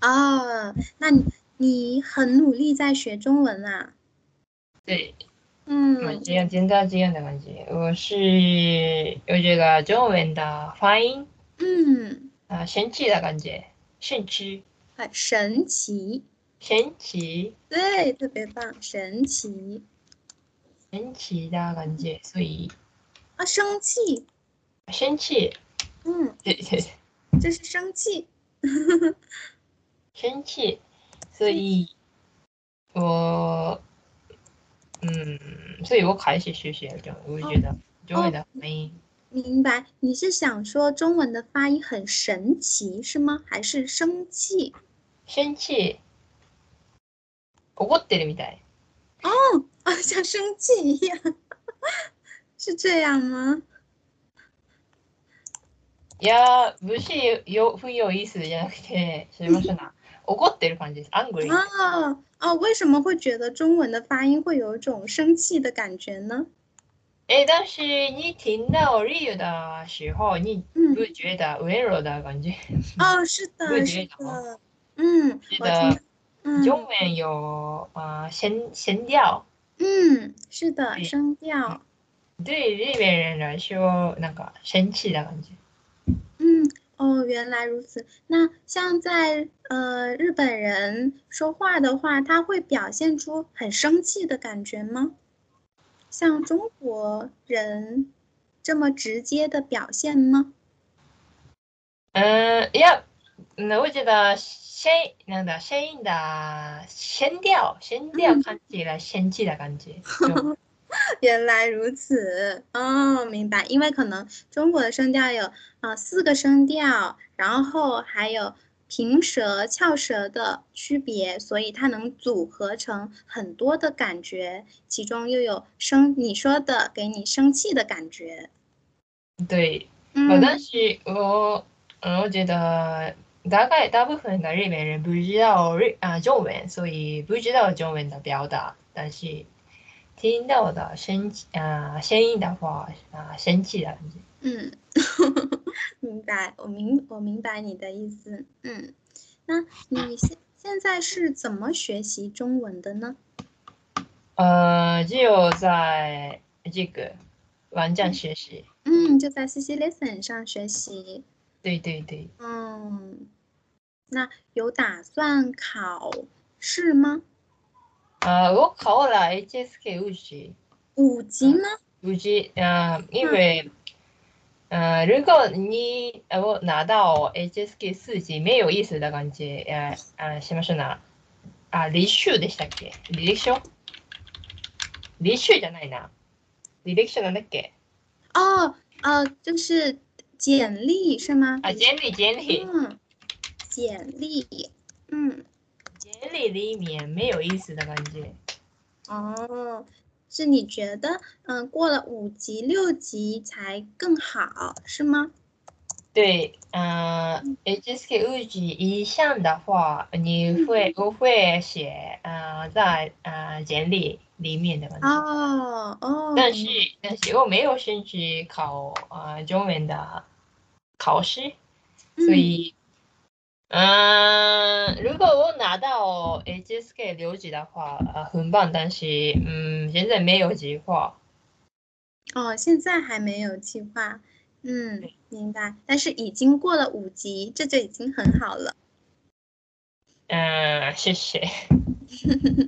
哦，那你你很努力在学中文啦。对，嗯，只有全然違う的感じ。我是我觉得中文的发音嗯，啊，神奇的感觉，神奇，很神奇，神奇，对，特别棒，神奇神奇的感觉，所以啊，生气，神 奇，嗯，对对对，这是生气，神奇，所以我嗯，所以我开始学学中文，我觉得中文的发音。明白？你是想说中文的发音很神奇是吗？还是生气？生气。怒ってるみたい。啊，像生气一样， 是这样吗？いやー、不是よ、不用意思じゃなくて、すいませんな。怒ってる感じです。アングリー。哦哦，为什么会觉得中文的发音会有一种生气的感觉呢？え、だし、に、听到理由的时候、に、嗯，不觉得、温柔的感じ。哦，是的，嗯会是觉得的，嗯，觉我得听，嗯上面有、啊、先、先调。嗯，是的，对声调，对日本人来说、なんか、生气的感じ。嗯，哦，原来如此。那像在呃日本人说话的话，他会表现出很生气的感觉吗？像中国人这么直接的表现吗？うーん、いや、うん我觉得、先、なんだ、先だ、先调、先调感じが生气的感じ。就原来如此，哦，明白。因为可能中国的声调有啊、呃四个声调，然后还有平舌、翘舌的区别，所以它能组合成很多的感觉，其中又有生你说的给你生气的感觉。对。嗯，私我呃我觉得大概大部分的日本人不知道日啊中文，所以不知道中文的表达，但是听到的声啊声音的话啊生气的感觉。嗯， 明白，我明我明白你的意思。嗯，那你现现在是怎么学习中文的呢？呃，只有在这个网站学习。嗯，就在 CC Listen 上学习。对对对，嗯，那有打算考试吗？啊，我考了 HSK 五级，五级嗯吗？五级啊，因为。呃，如果你呃我拿到 HSK 四级没有意思的感觉，呃呃，什么是呢？啊，履修でしたっけ？履修？履修じゃないな。履修なんだっけ？哦，呃，就是简历是吗？啊，简历简历嗯，简历，嗯，简历里面没有意思的感觉。哦，是你觉得，嗯、过了五级、六级才更好，是吗？对，呃，HSK 五级以上的话，你会不会写呃在呃简历里面的感觉？哦，哦，嗯但是但是我没有兴趣考呃中文的考试，嗯所以，嗯、如果我拿到 HSK 留级的话，呃，很棒。但是，嗯，现在没有计划。哦，现在还没有计划，嗯对，明白，但是已经过了五级，这就已经很好了。嗯、谢谢。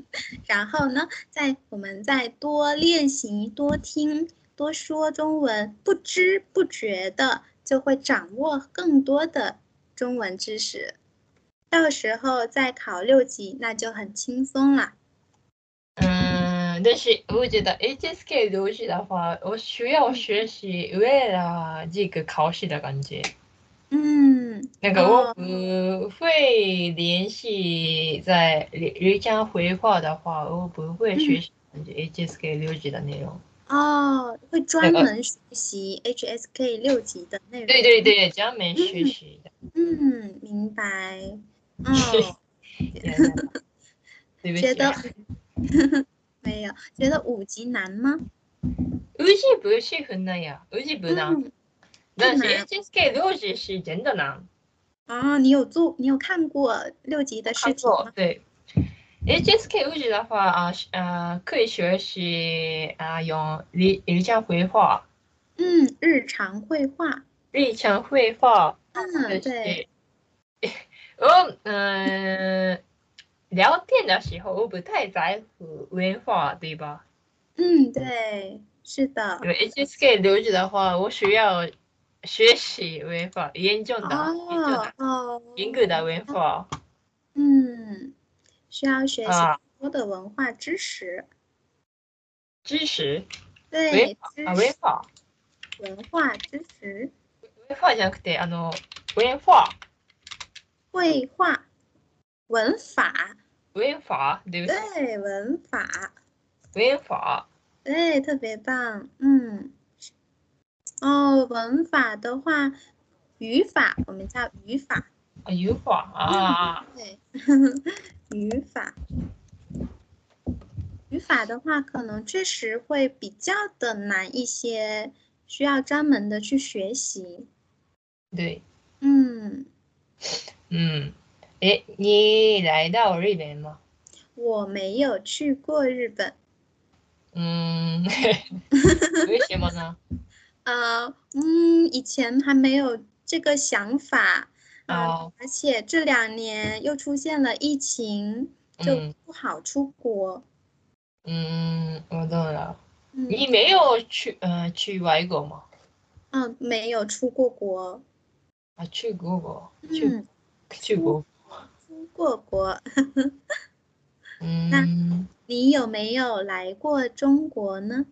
然后呢，再我们再多练习、多听、多说中文，不知不觉的就会掌握更多的中文知识。到时候再考六级，那就很轻松了。嗯，但是我觉得 HSK 留级的话，我需要学习为了这个考试的感觉。嗯，那个我哦不会联系在刘刘江回话的话，我不会嗯学习 HSK 六级的内容。哦，会专那个门学习 HSK 六级的内容。对对对，专门学习的。嗯，明白。 哦。天哪对不觉起啊，得没有，觉得五级难吗？五级不是很难呀，五级不难，嗯，但是不难 HSK 六级是真的难。啊，你有做，你有看过六级的视看频过吗？对。HSK 物质的话啊是呃可以学习啊用日日常绘画，嗯，日常绘画。日常绘画嗯，对，。我嗯、呃聊天的时候我不太在乎文化，对吧？嗯，对，是的因。为 HSK 留级的话，我需要学习文化，严重的、严重哦的哦，严格的文化嗯，需要学习啊多的文化知识。知识对，知啊文识化文化知识，文化じゃなくてあの文化绘画，文法，文化对不起对，文法，文化对，特别棒。嗯，哦，文法的话，语法我们叫语法，啊语法啊对， 语法。语法的话，可能确实会比较的难一些，需要专门的去学习。对嗯，嗯え你来到日本吗？我没有去过日本，嗯， 为什么 呢？呃，嗯，以前还没有这个想法，啊、哦而且这两年又出现了疫情，就嗯不好出国。嗯，我懂了。嗯，你没有去呃去外国吗？嗯、没有出过国，啊，去过国，去嗯，去过。出过国。嗯，你有没有来过中国呢？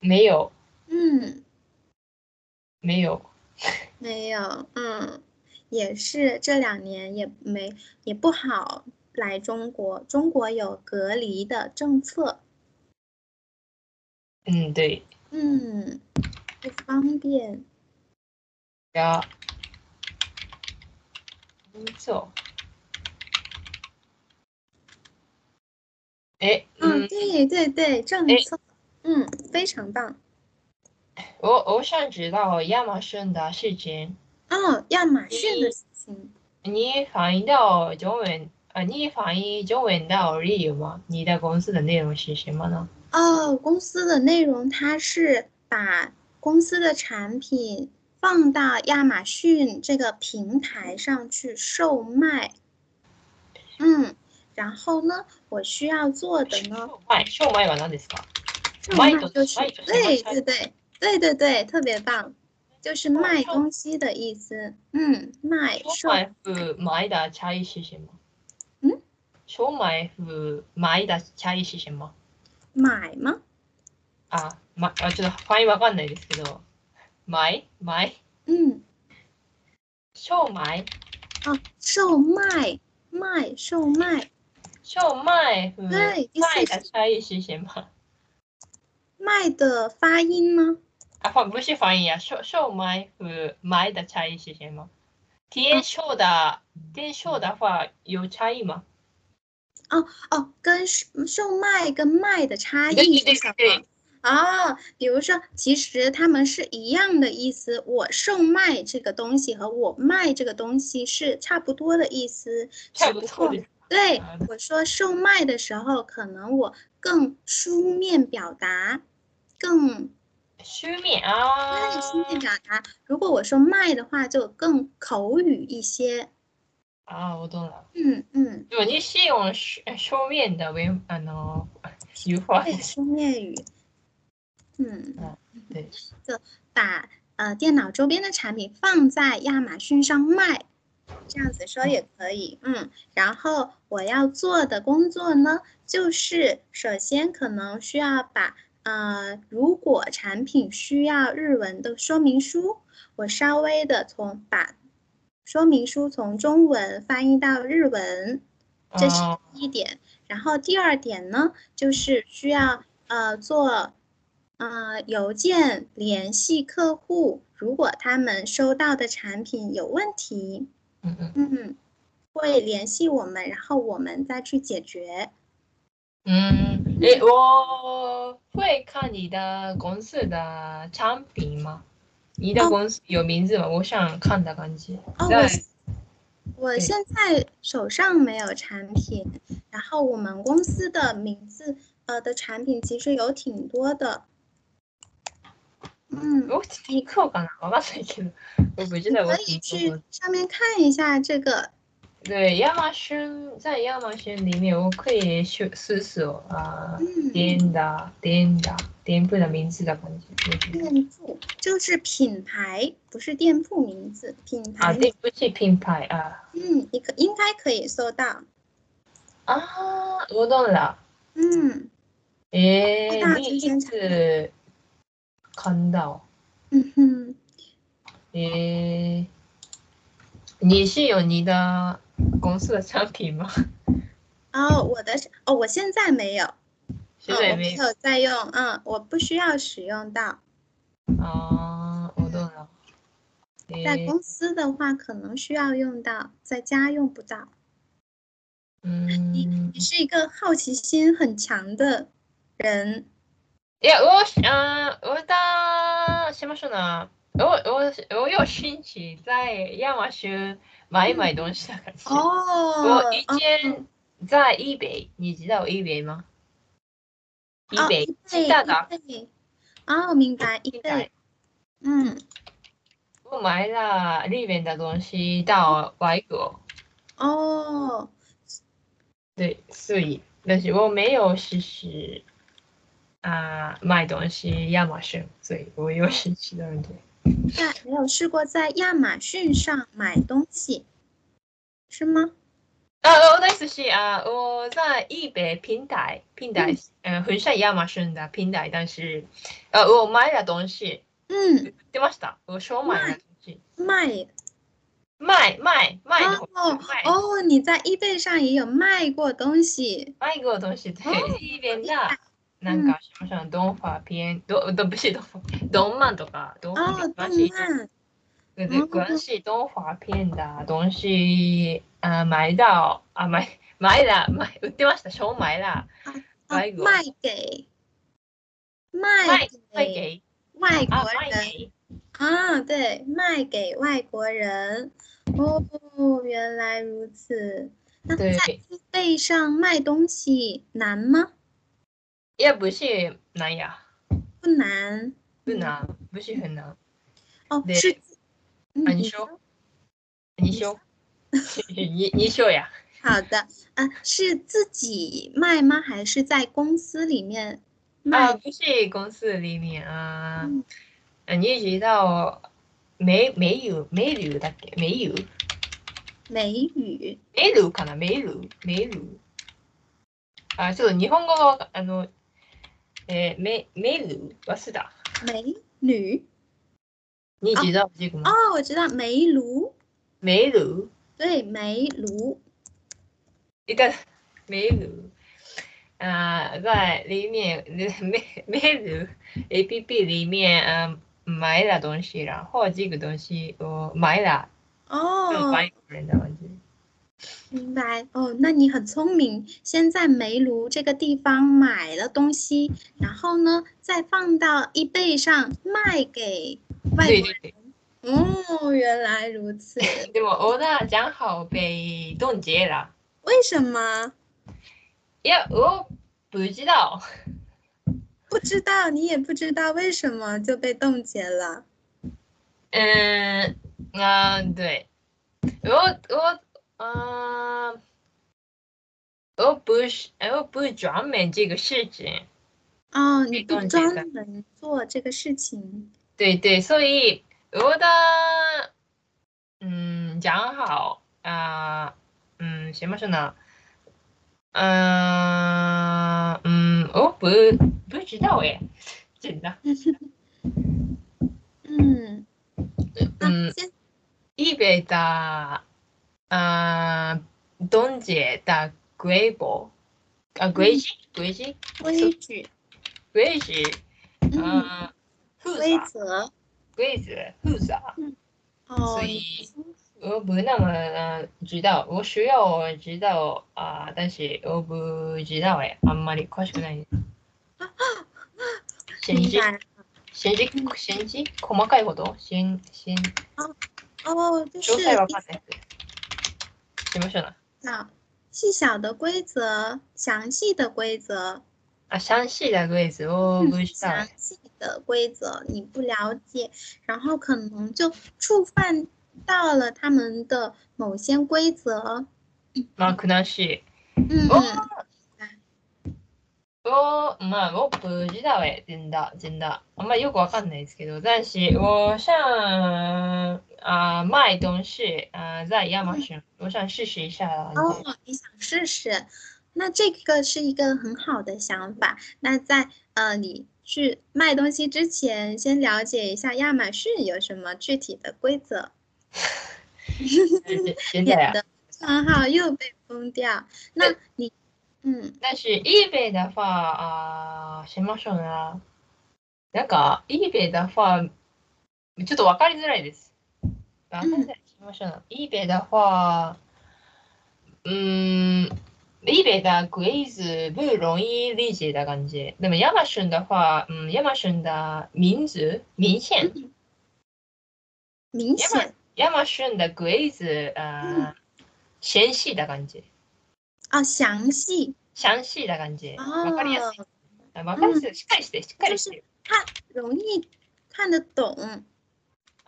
没有嗯，没有。没有，嗯，也是这两年也没也不好来中国，中国有隔离的政策，嗯，对。嗯，不方便。呀，工作。哎，嗯，嗯，对对对，政诶策，嗯，非常棒。我我想知道亚马逊的事情。哦，亚马逊的一事情，你翻译到中文啊？你翻译中文的理由吗？你的公司的内容是什么呢？哦，公司的内容它是把公司的产品放到亚马逊这个平台上去售卖。嗯，然后呢，我需要做的呢，はい、商売は何ですか售卖卖东就西是卖东对对西卖对对对对，特别棒，哦就是卖售东西的意思。嗯，卖售商売風前田チャイシシマ。ん商売風前田チャイシシマ。买吗？あ、ま、あちょっとファインわかんないですけど。前前嗯，商売哦，售卖卖售卖商売風对第四前田チャイシシマ。卖的发音吗？あ、ファ啊不是ファインや。商商売風前田チャイシシマ。天商だ。天商だファ有差異吗？哦，跟售售卖跟卖的差对异对是什对么？哦，比如说，其实他们是一样的意思。我售卖这个东西和我卖这个东西是差不多的意思，差只不不多过です。对啊我说售卖的时候，可能我更书面表达，更趣味对あ书面ー表达。如果我说卖的话，就更口语一些。あー、大人。嗯嗯，でも西洋し正呃面的呃文あの语法对，书面语。嗯。对把呃电脑周边的产品放在亚马逊上卖，这样子说也可以。嗯，然后我要做的工作呢，就是首先可能需要把呃，如果产品需要日文的说明书，我稍微的从把说明书从中文翻译到日文，这是あ第一点。然后第二点呢，就是需要呃做呃邮件联系客户，如果他们收到的产品有问题，ーうんうん嗯，会联系我们，然后我们再去解决。嗯，诶，我会看你的公司的嗯产品吗？你的公司有名字吗？我想看的感じ。哦，对我我现在手上没有产品，然后我们公司的名字呃的产品其实有挺多的。嗯，我行くのかなわかんないけど。我不记得我可以去上面看一下这个。对亚马逊在亚马逊里面，我可以去搜索啊嗯，店的店的店铺的名字的感觉。店铺就是品牌，不是店铺名字，品牌啊，名。对不起，品牌啊嗯，你可应该可以搜到。啊，我懂了。嗯诶，大第致一生产次看到。嗯哼，诶，你是有你的公司的产品吗？哦，我的是哦，我现在没有，嗯，现在我没没有有在用，嗯，我不需要使用到。啊，我懂了。在诶，公司的话，可能需要用到，在家用不到。嗯你。是一个好奇心很强的人，いや、我嗯，我到什么时候呢？我我我有兴趣在亚马逊买买东西的感觉。哦我以前在 eBay，你知道 eBay 吗？eBay 哦一鸡蛋的倍，一倍，哦，明白，一鸡蛋倍，嗯，我买了里面的东西到外国，哦，对，所以但是我没有试试啊、买东西亚马逊，所以我有兴趣的问题。在没有试过在亚马逊上买东西，是吗？啊，我的意思是啊，我在 eBay 平台平台，嗯，很像亚马逊的平台，但是，呃，我买了东西，嗯，出ました。我说买了东西，卖，卖卖卖嗯的东哦西，卖哦，你在一倍上也有卖过东西，卖过东西，对哦，一边的。なんか、しましょう、動画、片、ど、ど、不是動画、動漫とか、動画哦，に动詳しい、漫，对漫对，关系动画片的东西啊，买到啊，买买了买，売ってました、そう买了，哦外国卖给卖卖给卖外给啊，国卖人。给。啊，对，卖给外国人。哦，原来如此。那在对，背上卖东西难吗？也不是难呀，不难。不难，不是很难。哦，对是。嗯，啊，你说，你说，你你说呀？好的。啊，是自己卖吗？还是在公司里面啊，卖？不是公司里面啊嗯，啊你知道没没有没有だっけ没有美语。没有かな没有没有あ、ちょっと日本語がわかあの、えー、メメル忘れた。美女。你知道这个吗？哦，我知道，煤炉。メル对，煤炉。一个美女啊，在里面 美美女 A P P 里面嗯买了东西，然后这个东西我买了，哦。外国人的东西。明白哦，那你很聪明。先在煤炉这个地方买了东西，然后呢，再放到易贝上卖给外对国对人。对，哦，原来如此。でもオーダー正好被冻结了。为什么？いや、我不知道，不知道，你也不知道为什么就被冻结了。嗯啊，对，我我啊，我不是我不专门这个事情。哦，你不被冻结专的门做这个事情。对对，所以我的嗯讲好啊、嗯什么事呢？嗯、嗯，我不不知道哎，真的，嗯，那嗯，先意味着啊，冻结的规模啊，规矩规矩规矩，规矩，嗯，嗯，规规则则。规则规则，哦所，你以。我不那么呃知道，我需要知道啊、但是我不知道哎，あんまり詳しくない。信明じ、白。信じ、信じ、細かいこと信、信、哦，就詳是細わかんない。什么是呢？小细小的规则，详细的规则，あ、详细的规则を嗯不知道详。细的规则你不了解，然后可能就触犯到了他们的某些规则。まあ、悲しい。嗯，哦我まあ、我不知道え、真的、真的。あんまりよくわかんないですけど、但是我想啊卖东西啊在亚马逊，我想试试一下啦。哦，你想试试？那这个是一个很好的想法。那在呃你去卖东西之前，先了解一下亚马逊有什么具体的规则。真的免呀。得账号又被封掉。那你，嗯，但是 eBay 的话啊、しましょうな。なんか eBay 的话、ちょっとわかりづらいです。わかりづらい。しましょうな。eBay 的话、うーん、eBay 的规则不容易理解的感じ。でも亚马逊的话、嗯、亚马逊的名字明显，明亚马显亚马逊的规则啊、详细的感じ。哦，详细详细的感じ。わかりや哦すい。，わかりやすい。しっかりして、しっかりして。容易看得懂。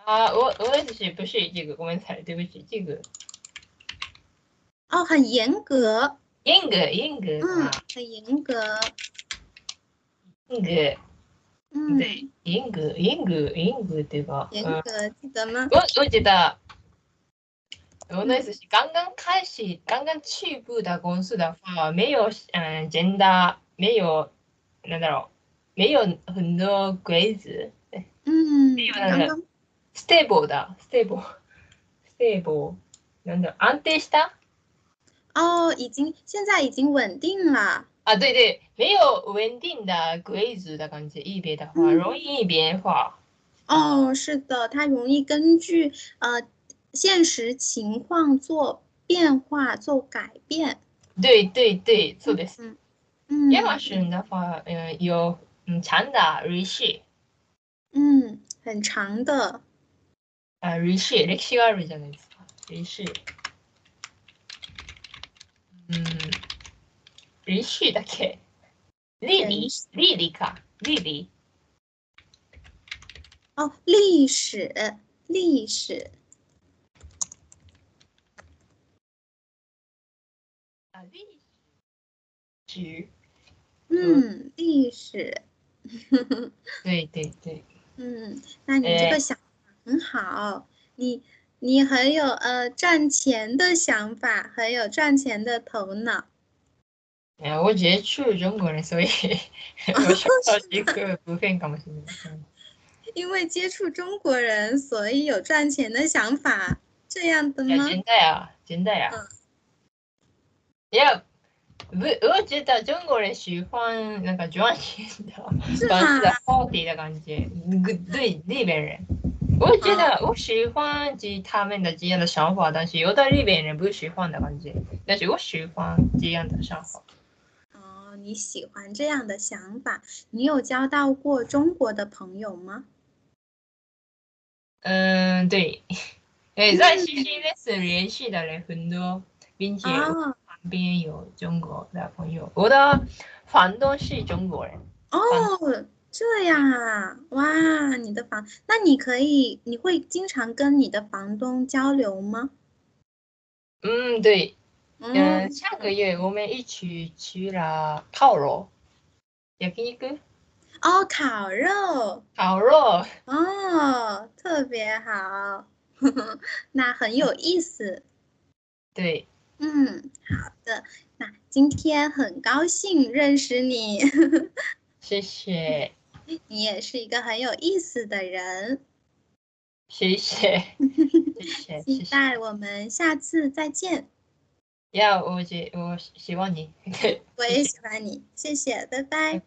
啊，我我也是不是这个，我们才对不起，这个哦，很严格，严格严格嗯啊，，很严格，严格嗯，对严格严格严格对吧？严嗯，格，记得吗？我我觉得我的意思是，刚刚开始刚刚去步的公司的话，没有嗯，真的没有，那だろう，没有很多规则嗯，例如那刚个刚，stable 的 stable stable，なんだろう安定した。哦，已经现在已经稳定了，啊，对对，没有稳定的规则的感觉，一别的话嗯容易变化。哦，是的，它容易根据呃现实情况做变化、做改变。对对对，そうです。嗯嗯，亚马逊的话，嗯，有嗯长的历史，嗯，很长的，啊，历史歴史があるじゃないですか。历史。嗯，历史だっけ？历歴历史历历か历历哦，历史，历史，啊历史。嗯，历史，对对对，嗯，那你这哎个想法很好，你你很有呃赚钱的想法，很有赚钱的头脑。哎，我直接去中国人，所以我想到这个不变かもしれない。嗯因为接触中国人，所以有赚钱的想法，这样的いや、嗯吗？嗯真的呀，真的呀。いや、我哎我觉得中国人喜欢那个赚钱的，是房子吗？好的的感觉。对日本人，我觉得嗯我喜欢这他们的这样的想法，但是有的日本人不喜欢的感觉。但是我喜欢这样的想法。哦，你喜欢这样的想法，你有交到过中国的朋友吗？嗯，对。哎，在 CCS 联系的人很多，并且我哦旁边有中国的朋友，我的房东是中国人。哦，这样啊，哇，你的房，那你可以，你会经常跟你的房东交流吗？嗯，对。嗯，嗯，下个月我们一起去了烤肉，焼肉、哦，烤肉，烤肉。哦，特别好， 那很有意思。对，嗯，好的，那今天很高兴认识你， 谢谢，你也是一个很有意思的人，谢谢，谢谢，期谢 谢。待我们下次再见。要我觉我希望你。我也喜欢你，谢谢，拜拜。